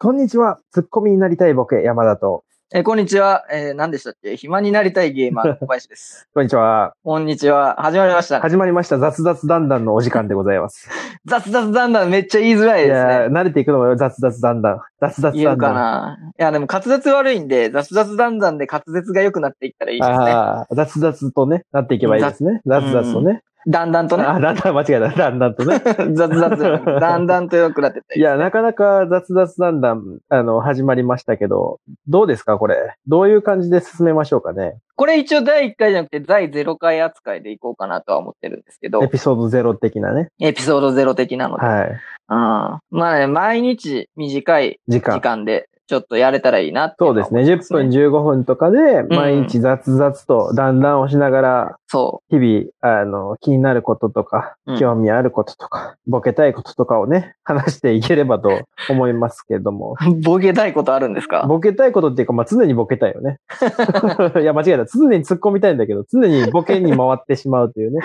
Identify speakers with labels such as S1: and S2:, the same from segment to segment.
S1: こんにちは。ツッコミになりたいボケ、山田と。
S2: えーこんにちは。えー何でしたっけ暇になりたいゲー マー、小林です。
S1: こんにちは。
S2: こんにちは。始まりました。
S1: 始まりました。雑雑だんだんのお時間でございます。
S2: 雑雑だんだんめっちゃ言いづらい
S1: い
S2: です
S1: や
S2: ね
S1: ー。慣れていくのも雑雑だんだん。雑雑だんだん。
S2: 言えるかないや、でも滑舌悪いんで、雑雑だんだんで滑舌が良くなっていったらいいですね。
S1: ああ、雑雑とね、なっていけばいいですね。雑
S2: 雑
S1: 雑とね。
S2: だんだんとね。
S1: あーだんだん間違えた。だんだんとね。
S2: 雑雑。だんだんと良くなってったら
S1: いや、なかなか雑雑だんだん、あの、始まりましたけど、どうですかこれ。どういう感じで進めましょうかね。
S2: これ一応第1回じゃなくて第0回扱いでいこうかなとは思ってるんですけど
S1: エ、ピソード0的なね。
S2: エピソード0的なので。
S1: はい。
S2: うんまあね、毎日短い
S1: 時間
S2: 時。間でちょっとやれたらいいなってい
S1: そうう
S2: の
S1: で
S2: は
S1: す
S2: 思
S1: ね。
S2: ってま
S1: 10分15分とかで、毎日雑々とだんだんをしながら、
S2: そ
S1: 日々、あの、気になることとか
S2: う、ん
S1: 興味あることとか、ボケたいこととかをね、話していければ と思いますけども。
S2: う。 ボケたいことあるんですか
S1: ボケたいことっていうか、まあ、常にボケたいよね。 いや、間違えた。常に突っ込みたいんだけど、常にボケに回ってしまうというね。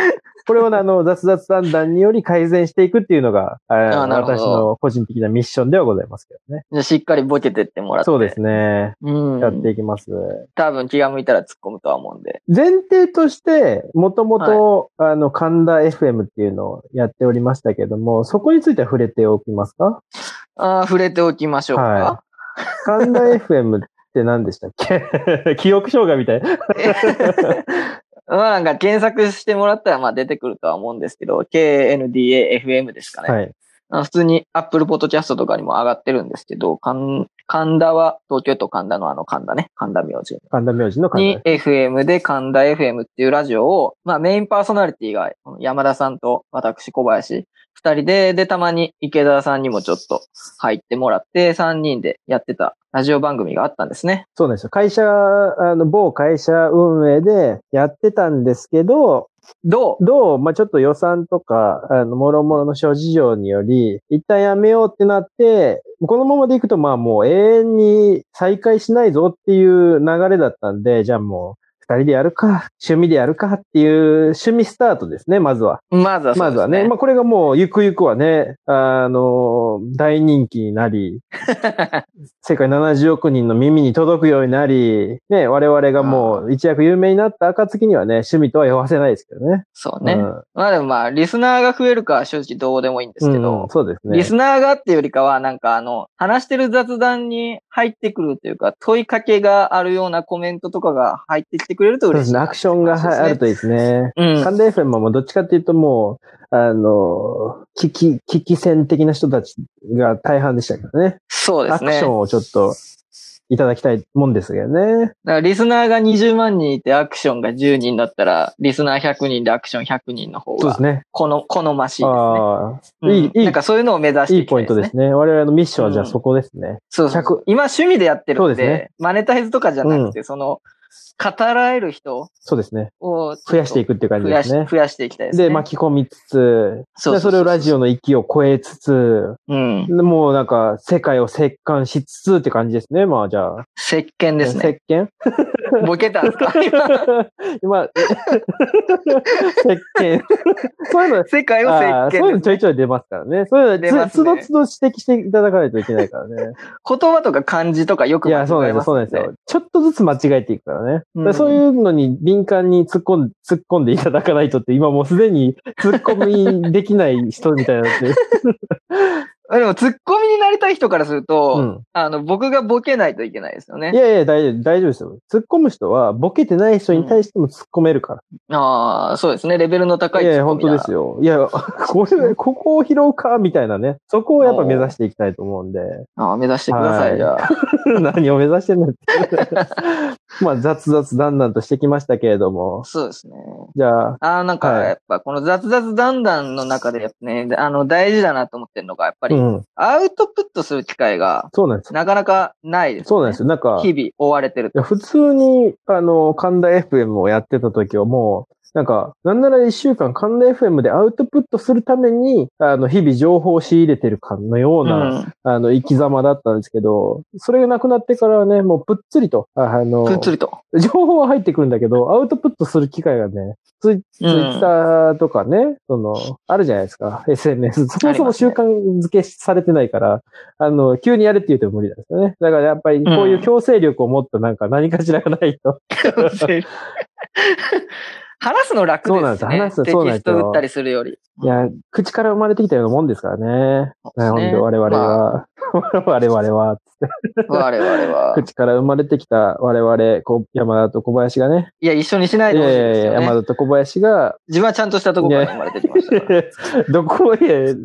S1: これをねあの、雑雑談談により改善していくっていうのが、あ
S2: あなるほど
S1: 私の個人的なミッションではございますけどね。
S2: じゃあしっかりボケてってもらって。
S1: そうですね。
S2: うん。
S1: やっていきます。
S2: 多分気が向いたら突っ込むとは思うんで。
S1: 前提として、もともと、あの、神田 FM っていうのをやっておりましたけども、そこについては触れておきますか
S2: ああ、触れておきましょうか。
S1: は神田 FM って何でしたっけ 記憶障害みたい。
S2: まあなんか検索してもらったらまあ出てくるとは思うんですけど、KNDAFM ですかね。
S1: はい。
S2: あの普通に Apple Podcast とかにも上がってるんですけど、かん神田は東京都神田のあの神田ね、神田明神。
S1: 神田明治の神
S2: に
S1: 田。
S2: FM で神田 FM っていうラジオを、まあメインパーソナリティが山田さんと私小林二人で、でたまに池田さんにもちょっと入ってもらって三人でやってたラジオ番組があったんですね。
S1: そうなんですよ。会社、あの、某会社運営でやってたんですけど、
S2: どう
S1: どう、まあ、ちょっと予算とか、あの、もろもろの諸事情により、一旦やめようってなって、このままでいくと、まあ、もう永遠に再開しないぞっていう流れだったんで、じゃあもう、二人でやるか、趣味でやるかっていう趣味スタートですね、まずは。
S2: まずはそう
S1: ま
S2: で
S1: ず
S2: す
S1: は
S2: ね。
S1: ね。まあ、これがもう、ゆくゆくはね、あの、大人気にな り、世界70億人の耳に届くようになり、ね、我々がもう一躍有名になった暁にはね、趣味とは呼ばせないですけどね。
S2: そうね。
S1: うん
S2: まあでもまあリスナーが増えるかは正直どうでもいいんですけ
S1: うんう
S2: ど
S1: ん、そうですね。
S2: リスナーがっていうよりかは、なんかあの、話してる雑談に入ってくるというか、問いかけがあるようなコメントとかが入ってきてくれると
S1: そう
S2: 嬉
S1: で
S2: し
S1: す
S2: い
S1: ね。
S2: な。
S1: アクションがはいあるといいですね。
S2: うん。
S1: 神田 FM はもうどっちかっていうともう、あの、危機、危機戦的な人たちが大半でしたけどね。
S2: そうで
S1: ア
S2: す
S1: ク
S2: ね。
S1: ションをちょっといただきたいもんですけどね。
S2: だからリスナーが20万人いてアクションが10人だったら、リスナー100人でアクション100人の
S1: そう
S2: 方
S1: で
S2: が
S1: すね。
S2: この、好ましいですね。
S1: ああ、
S2: うん
S1: いい、いい
S2: なん、かそういうのを目指して
S1: い
S2: い
S1: い
S2: きた
S1: ポイ
S2: い
S1: ン
S2: で
S1: ト
S2: す
S1: で
S2: ね。
S1: すね。我々のミッションはじゃあ
S2: うん
S1: そこですね。
S2: そうそう今趣味でやってる
S1: そ
S2: ん
S1: うで
S2: で
S1: すね
S2: マネタイズとかじゃなくて、その、語られる人
S1: そうですね。
S2: を
S1: 増やしてい
S2: く
S1: くっていう感じ
S2: 増
S1: で
S2: や
S1: す
S2: し、
S1: ね。
S2: 増やしていきたいですね。
S1: で、巻き込みつつ、
S2: そう
S1: でそう
S2: そそう
S1: れをラジオの域を超えつつ、
S2: うん。
S1: でもうなんか世界を折巻しつつって感じですね。まあじゃあ。
S2: 石鹸ですね。
S1: 石鹸
S2: ボケたんですか
S1: 今、 石鹸。そういうの、
S2: 世界を石
S1: あーそういう
S2: 鹸
S1: の
S2: で
S1: ちょいちょい出ますからね。そういう
S2: 出
S1: の
S2: ま
S1: つ、つ
S2: す
S1: ど
S2: ね
S1: つど指摘していただかないといけないからね。
S2: す。言葉とか漢字とかよく
S1: い
S2: 間違
S1: や、そうなんです
S2: え
S1: よ、
S2: ます
S1: そうなん
S2: よ
S1: ですよ。ちょっとずつ間違えていくからね。
S2: うん
S1: そういうのに敏感に突っ込ん突っ込んでいただかないとって、今もうすでに突っ込みできない人みたいになって。
S2: でも、ツッコミになりたい人からすると、
S1: うん
S2: あの、僕がボケないといけないですよ
S1: い
S2: ね。
S1: やいや、大丈夫、大丈夫ですよ。突っ込む人は、ボケてない人に対しても突っ込めるか
S2: ああ、そうですね。レベルの
S1: ら。
S2: 高い
S1: い
S2: ツ
S1: やいや、
S2: ッコ
S1: 本
S2: ミな
S1: 当
S2: ら
S1: ですよ。いや、 これ、ここを拾うか、みたいなね。そこをやっぱ目指していきたいと思 うんで。
S2: ああ目指してくださ
S1: はい
S2: い、じゃあ。
S1: 何を目指してんだって。まあ、雑雑だんだんとしてきましたけれども。
S2: そうですね。
S1: じゃあ、
S2: ああ、なんか、
S1: はい
S2: やっぱ、この雑雑談談の中でやっぱね、あの、大事だなと思ってるのが、やっぱ
S1: う
S2: り、
S1: ん。
S2: アウトプットする機会が、
S1: そうなんです。
S2: なかなかないです、ね。
S1: そうなんですよ。なんか、
S2: 日々追われてる
S1: いや普通に、あの、神田 FM をやってた時はもなんか、なんなら一週間、関連 FM でアウトプットするために、あの、日々情報を仕入れてるかのような、
S2: ん。
S1: あの、生き様だったんですけど、それがなくなってからはね、もうぷっつりと、ああの、
S2: ぷっつりと。
S1: 情報は入ってくるんだけど、アウトプットする機会がね、ツイツイッターとかね、その、あるじゃないですか、SNS。そもそも習慣づけされてないから、あの、急にやれって言うと無理なんですよね。だからやっぱりこういう強制力を持ったなんか何かしらがないと。
S2: 話すの楽ですね。
S1: そうなんです話す
S2: テ
S1: そうなんで
S2: キス
S1: すよ
S2: ト打ったりするより。
S1: いや、口から生まれてきたようなもんですからね。
S2: そうで
S1: な
S2: す
S1: の
S2: ね
S1: で我々
S2: ま
S1: は、 我々は、
S2: あ我々 は。
S1: 口から生まれてきた我々、こう山田と小林がね、
S2: いや、一緒にしない
S1: い
S2: でほしい
S1: やいや
S2: です
S1: いや
S2: よね。
S1: 山田と小林が、
S2: 自分はちゃんとしたとこから生まれてきまし たから。
S1: どこへ、いやいや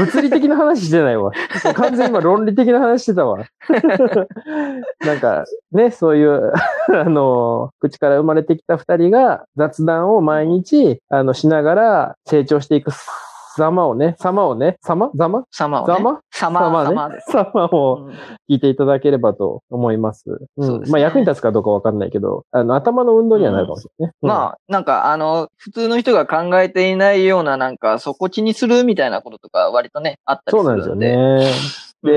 S1: 物理的な話してないわ。完全に今論理的な話してたわ。 なんか、ね、そういう、あの、口から生まれてきた二人が雑談を毎日、あの、しながら成長していく様をね、様をね、様様
S2: 様をね。
S1: 様
S2: 様
S1: 様
S2: 様
S1: ね
S2: です。。
S1: 様を
S2: うん
S1: 聞いていただければと思います。う
S2: そうんですね
S1: まあ役に立つかどうかわかんないけど、あの、頭の運動にはなるかもしれないね。あ、
S2: まあ、なんか、あの、普通の人が考えていないような、なんか、そこ気にするみたいなこととか、割とね、あったり
S1: そう
S2: す
S1: なんです
S2: る
S1: よ
S2: んで。
S1: ね。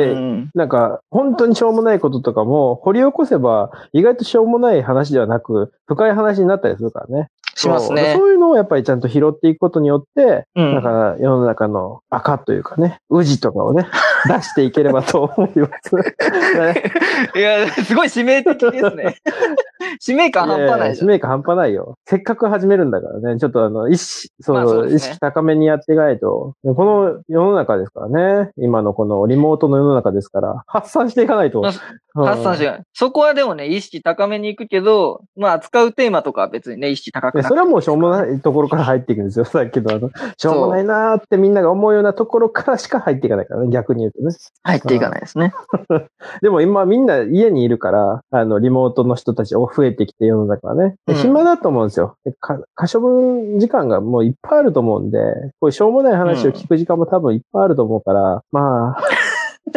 S1: で、
S2: うん
S1: なんか、本当にしょうもないこととかも、掘り起こせば、意外としょうもない話ではなく、深い話になったりするからね。
S2: します
S1: そう
S2: ね。
S1: そういうのをやっぱりちゃんと拾っていくことによって、
S2: うん
S1: なんか、世の中の赤というかね、宇治とかを ね、出していければと思います。ね
S2: いや、すごい使命的ですね。 使命感半端ないじ
S1: 使
S2: ゃん。
S1: 命感半端ないよ。せっかく始めるんだからね、ちょっとあの、意識、そう、
S2: まあそうですね
S1: 意識高めにやっていかないと、この世の中ですからね、今のこのリモートの世の中ですから、発散していかないと。
S2: まあ発散し
S1: うん
S2: ない。そこはでもね、意識高めに行くけど、まあ、扱うテーマとかは別にね、意識高く
S1: いや
S2: なく
S1: それはもうしょうもないところから入っていくんですよ。 さっきのあの、しょうもないなーってみんなが思うようなところからしか入っていかないからね、逆に言うとね。
S2: 入っていかないですね。
S1: でも今みんな家にいるから、あの、リモートの人たちを増えてきて世の中はね。で
S2: うん
S1: 暇だと思うんですよ。でか、可処分時間がもういっぱいあると思うんで、こういうしょうもない話を聞く時間も多分いっぱいあると思うから、まあ、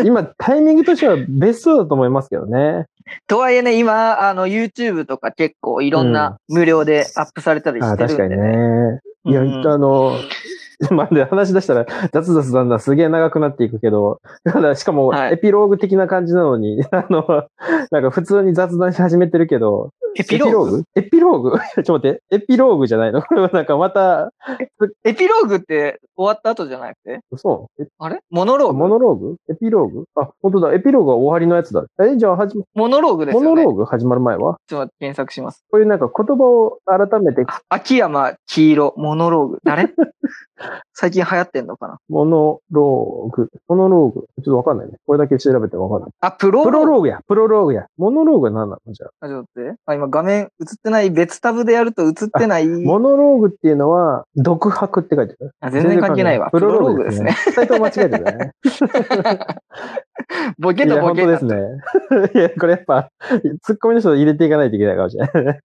S1: 今タイミングとしてはベストだと思いますけどね。
S2: とはいえね、今、あの、YouTube とか結構いろんな無料でアップされたり
S1: あ
S2: し
S1: あ、
S2: てる
S1: 確か
S2: んで、
S1: にね。いや、
S2: う
S1: あ
S2: ん
S1: の、 まあ、で話し出したら、雑雑だんだんすげえ長くなっていくけど、 ただしかも、
S2: はい
S1: エピローグ的な感じなのに、 あの、なんか普通に雑談し始めてるけど、
S2: エピローグ
S1: エピローグエピローグ ちょっと待って、エピローグじゃないの これはなんかまた、
S2: エピローグって終わった後じゃなくて
S1: そう、え
S2: あれモノローグ
S1: モノローグエピローグあ、本当だ、エピローグは終わりのやつだ。え、じゃあ、はじ、
S2: モノローグですよ
S1: モ
S2: ね。
S1: ノローグ始まる前は
S2: ちょっと待って検索します。
S1: こういうなんか言葉を改めて、
S2: 秋山黄色、モノローグ。誰 最近流行ってんのかな
S1: モノローグ、モノローグ、ちょっとわかんないね。これだけ調べてもわかんない。
S2: あ、プロ
S1: プロ
S2: ローグ
S1: ローグや、プロローグや。モノローグは何なのじゃあ。
S2: あ、ちょっと待って。あ、今画面映ってない、別タブでやると映ってない。
S1: モノローグっていうのは、独白って書いてある。
S2: あ全然関係ないわ。プロローグですね。。
S1: 二人とも間違えてた ね。
S2: ボ
S1: いや、
S2: ケとボ
S1: 本
S2: ケ
S1: 当
S2: だ
S1: ですね。 いや、これやっぱ、ツッコミの人入れていかないといけないかもしれない。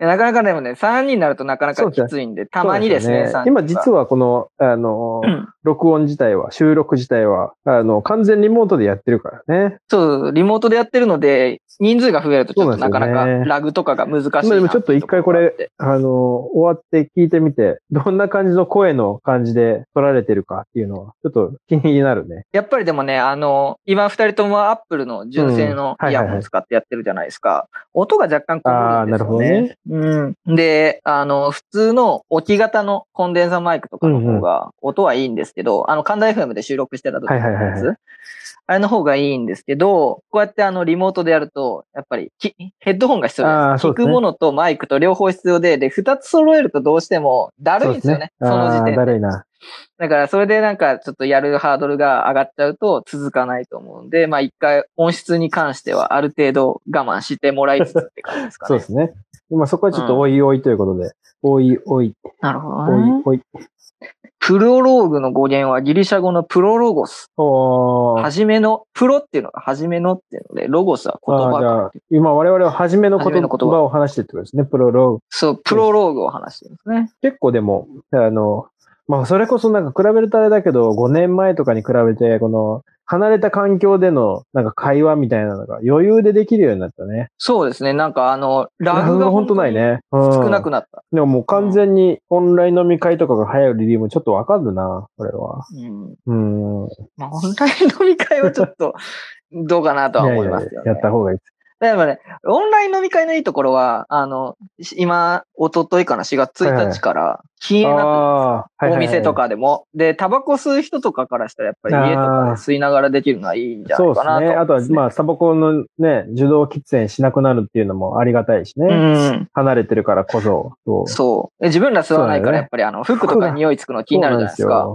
S2: いやなかなかでもね、3人になるとなかな
S1: そ
S2: か
S1: うです
S2: き
S1: ね
S2: ついんで、たまにですね、
S1: そうなん今実
S2: は。
S1: はこの、あの
S2: う、ん
S1: 録音自体は、収録自体は、あの、完全リモートでやってるからね。
S2: そうそう、リモートでやってるので、人数が増えるとちょっと
S1: そ
S2: な
S1: うな
S2: か
S1: んです
S2: な
S1: よね
S2: かラグとかが難しいなていう
S1: まあでもちょっと一回これあの、終わって聞いてみて、どんな感じの声の感じで撮られてるかっていうのは、ちょっと気になるね。
S2: やっぱりでもね、あの、今二人ともアップルの純正の
S1: うんはい
S2: イ
S1: はいは
S2: ヤ
S1: い
S2: ホン使ってやってるじゃないですか。音が若干こもるんですよ
S1: あーな
S2: ね。うん。で、あの、普通の置き型のコンデンサーマイクとかの方が音はいいんですけど、あの、神田 FM で収録してた時のやつ、
S1: はいはいはいは
S2: あれの方がいいんですけど、こうやってあの、リモートでやると、やっぱりきヘッドホンが必要じゃないですか
S1: あーそうです
S2: 聞
S1: ね
S2: くものとマイクと両方必要で、で、二つ揃えるとどうしてもだるいんですよね。そ
S1: そうです
S2: の時点
S1: あ
S2: で
S1: ーだるいな。
S2: だから、それでなんか、ちょっとやるハードルが上がっちゃうと続かないと思うんで、まあ一回音質に関してはある程度我慢してもらいつつって感じですかね。
S1: そうですね。まあそこはちょっ
S2: うん
S1: とおいおいということで、おいおい、
S2: なるほど、
S1: おい
S2: ね。
S1: おい。
S2: プロローグの語源はギリシャ語のプロロゴス。
S1: おー
S2: はじめの、プロっていうのがはじめのっていうので、ロゴスは言
S1: あーじゃ
S2: 葉
S1: あ、今我々は初めの
S2: 初め
S1: 言
S2: の言葉
S1: 葉を話してってことですね、プロローグ。
S2: そう、プロローグを話してるんですね。
S1: 結構でも、あの、まあ、それこそなんか比べるとあれだけど、5年前とかに比べて、この、離れた環境での、なんか会話みたいなのが余裕でできるようになったね。
S2: そうですね。なんかあの、ラ
S1: ラ
S2: グ
S1: グ
S2: が
S1: が本
S2: 本
S1: 当
S2: 当な
S1: ないい
S2: ね。
S1: ね。
S2: 少
S1: 少
S2: なくなった。
S1: でももう完全にオンライン飲み会とかが流行る理由もちょっとわかるな、これは。
S2: う
S1: う
S2: ん。
S1: ん。
S2: まあ、オンライン飲み会はちょっと、どうかなとは思いますよ
S1: やや
S2: ね。
S1: った方がいいです。
S2: でもね、オンライン飲み会のいいところは、あの、し今、一昨日かな、4月1日から、禁煙な
S1: ああー、
S2: く、お店とかでも、で、タバコ吸う人とかからしたら、やっぱり家とかで吸いながらできるのはいいんじゃ
S1: そ
S2: な
S1: う
S2: い
S1: ですね。
S2: かなと
S1: あと
S2: 思い
S1: は
S2: ます、、
S1: まあ、タバコのね、受動喫煙しなくなるっていうのもありがたいしね。
S2: うん。
S1: 離れてるからこそ。そう
S2: そう。え自分ら吸わないから、やっぱり、あの、服とか匂いつくの気になるじゃないです
S1: そう
S2: か。
S1: ん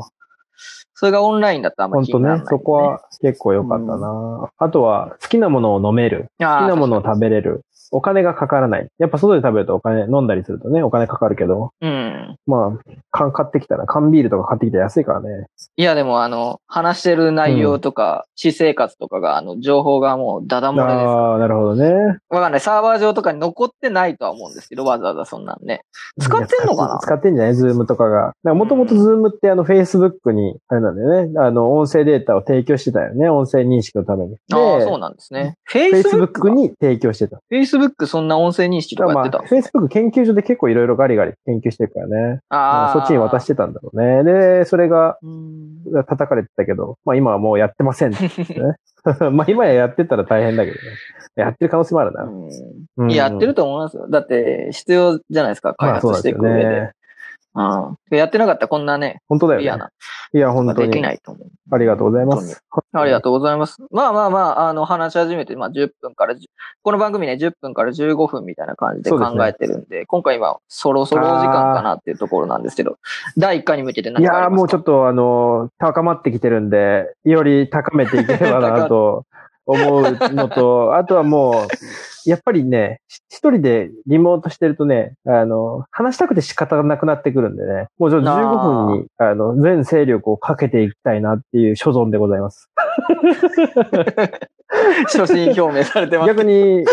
S2: それがオンラインだったらあんま
S1: 本
S2: 気に
S1: 当
S2: ならない、
S1: ね、そこは結構良かったな、あとは、好きなものを飲める。
S2: あー、
S1: 好きなものを
S2: 確か
S1: 食べれる。お金がかからない。やっぱ外で食べるとお金、飲んだりするとね、お金かかるけど、
S2: にうん。
S1: まあ、缶買ってきたら、缶ビールとか買ってきたら安いからね。
S2: いや、でも、あの、話してる内容とか、私生活とかが、あの、情報がもう、ダダ漏れですから
S1: ああ、なるほどね。
S2: わかんない。サーバー上とかに残ってないとは思うんですけど、わざわざそんなんね。使ってんのか
S1: 使
S2: な
S1: っ使ってんじゃないズームとかが。もともとズームってあの Facebook に、あれなんだよね。あの、音声データを提供してたよね。音声認識のために。で、
S2: ああ、そうなんですね。Facebook
S1: Facebook
S2: が
S1: に提供してた。
S2: Facebook そんな音声認識
S1: だ
S2: と
S1: か
S2: からや
S1: ま
S2: って
S1: あ
S2: た、
S1: Facebook 研究所で結構いろいろガリガリ研究してるからね。ま
S2: あ
S1: あ
S2: あ。。
S1: そっちに渡しててたんだろうね。で、それが
S2: うん。
S1: 叩かれてたけど、まあ今はもうやってません ってことね。まあ今やってたら大変だけどね。やってる可能性もあるな。うん
S2: いややってると思いますよ。だって、必要じゃないですか、開
S1: まあそ
S2: 発
S1: うな
S2: し
S1: んで
S2: てい
S1: す
S2: く
S1: よ
S2: 上で。
S1: ね。
S2: うん。やってなかったらこんなね、
S1: 本当だ
S2: クリア
S1: よね。
S2: ない
S1: や、本
S2: こと
S1: 当
S2: でき
S1: に。
S2: ないと思う。
S1: ありがとうございます。
S2: ありがとうございます。まあまあまあ、あの、話し始めて、まあ10分から10、この番組ね、10分から15分みたいな感じで
S1: そうですね
S2: 考えてるんで、今回今、そろそろお時間かなっていうところなんですけど、第1回に向けて
S1: い
S2: 何かあ
S1: やー
S2: りま
S1: もう
S2: す
S1: ち
S2: か
S1: ょっとあの、高まってきてるんで、より高めていければ
S2: 高ま
S1: な
S2: っ
S1: と思うのと、あとはもう、やっぱりね、し一人でリモートしてるとね、あの、話したくて仕方がなくなってくるんでね、もうちょっと15分に、あの、全勢力をかけていきたいなっていう所存でございます。
S2: 初心表明されてます。
S1: 逆に、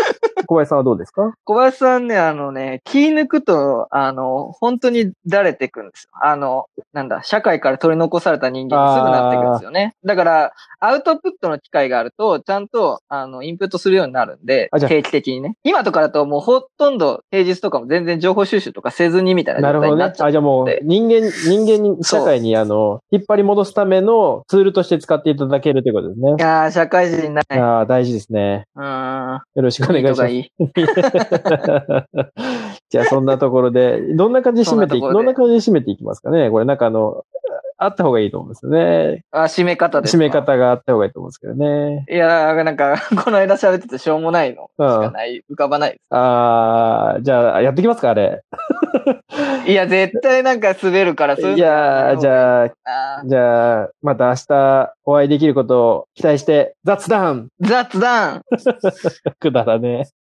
S1: 小林さんはどうです か
S2: 小林さんね、あのね、気抜くと、あの、本当にだれてくんですよ。あの、なんだ、社会から取り残された人間にすぐなってくんですよね。だから、アウトプットの機会があると、ちゃんと、あの、インプットするようになるんで
S1: あじ、ゃあ
S2: 定期的にね。今とかだと、もうほとんど平日とかも全然情報収集とかせずにみたいな
S1: なる
S2: 状
S1: ほど
S2: 態に
S1: ね。
S2: な
S1: あ、
S2: っ
S1: じ
S2: ちゃ
S1: ゃ
S2: う。
S1: あもう人間、人間に、
S2: そう
S1: 社会にあの、引っ張り戻すためのツールとして使っていただけるということですね
S2: い。やー、社会人ない。う
S1: ああ、大事ですね。
S2: ーん。
S1: よろしくお願いし
S2: 人
S1: ます。
S2: がいい。
S1: じゃあ、そんなところで、どんな感じで締めていき、
S2: そんなところで
S1: どんな感じで締めていきますかねこれ、なんかあの、あった方がいいと思うんですよね。
S2: あ、締め方です
S1: 締
S2: か。
S1: め方があった方がいいと思うんですけどね。
S2: いやー、なんか、この間喋っててしょうもないのしかない、浮かばないです
S1: ああ、じゃあ、やっていきますかあれ。
S2: いや、絶対なんか滑るから、そういうの
S1: いやーじゃあ、
S2: ああー。
S1: じゃあ、また明日お会いできることを期待して、雑談
S2: 雑談
S1: くだらねえ。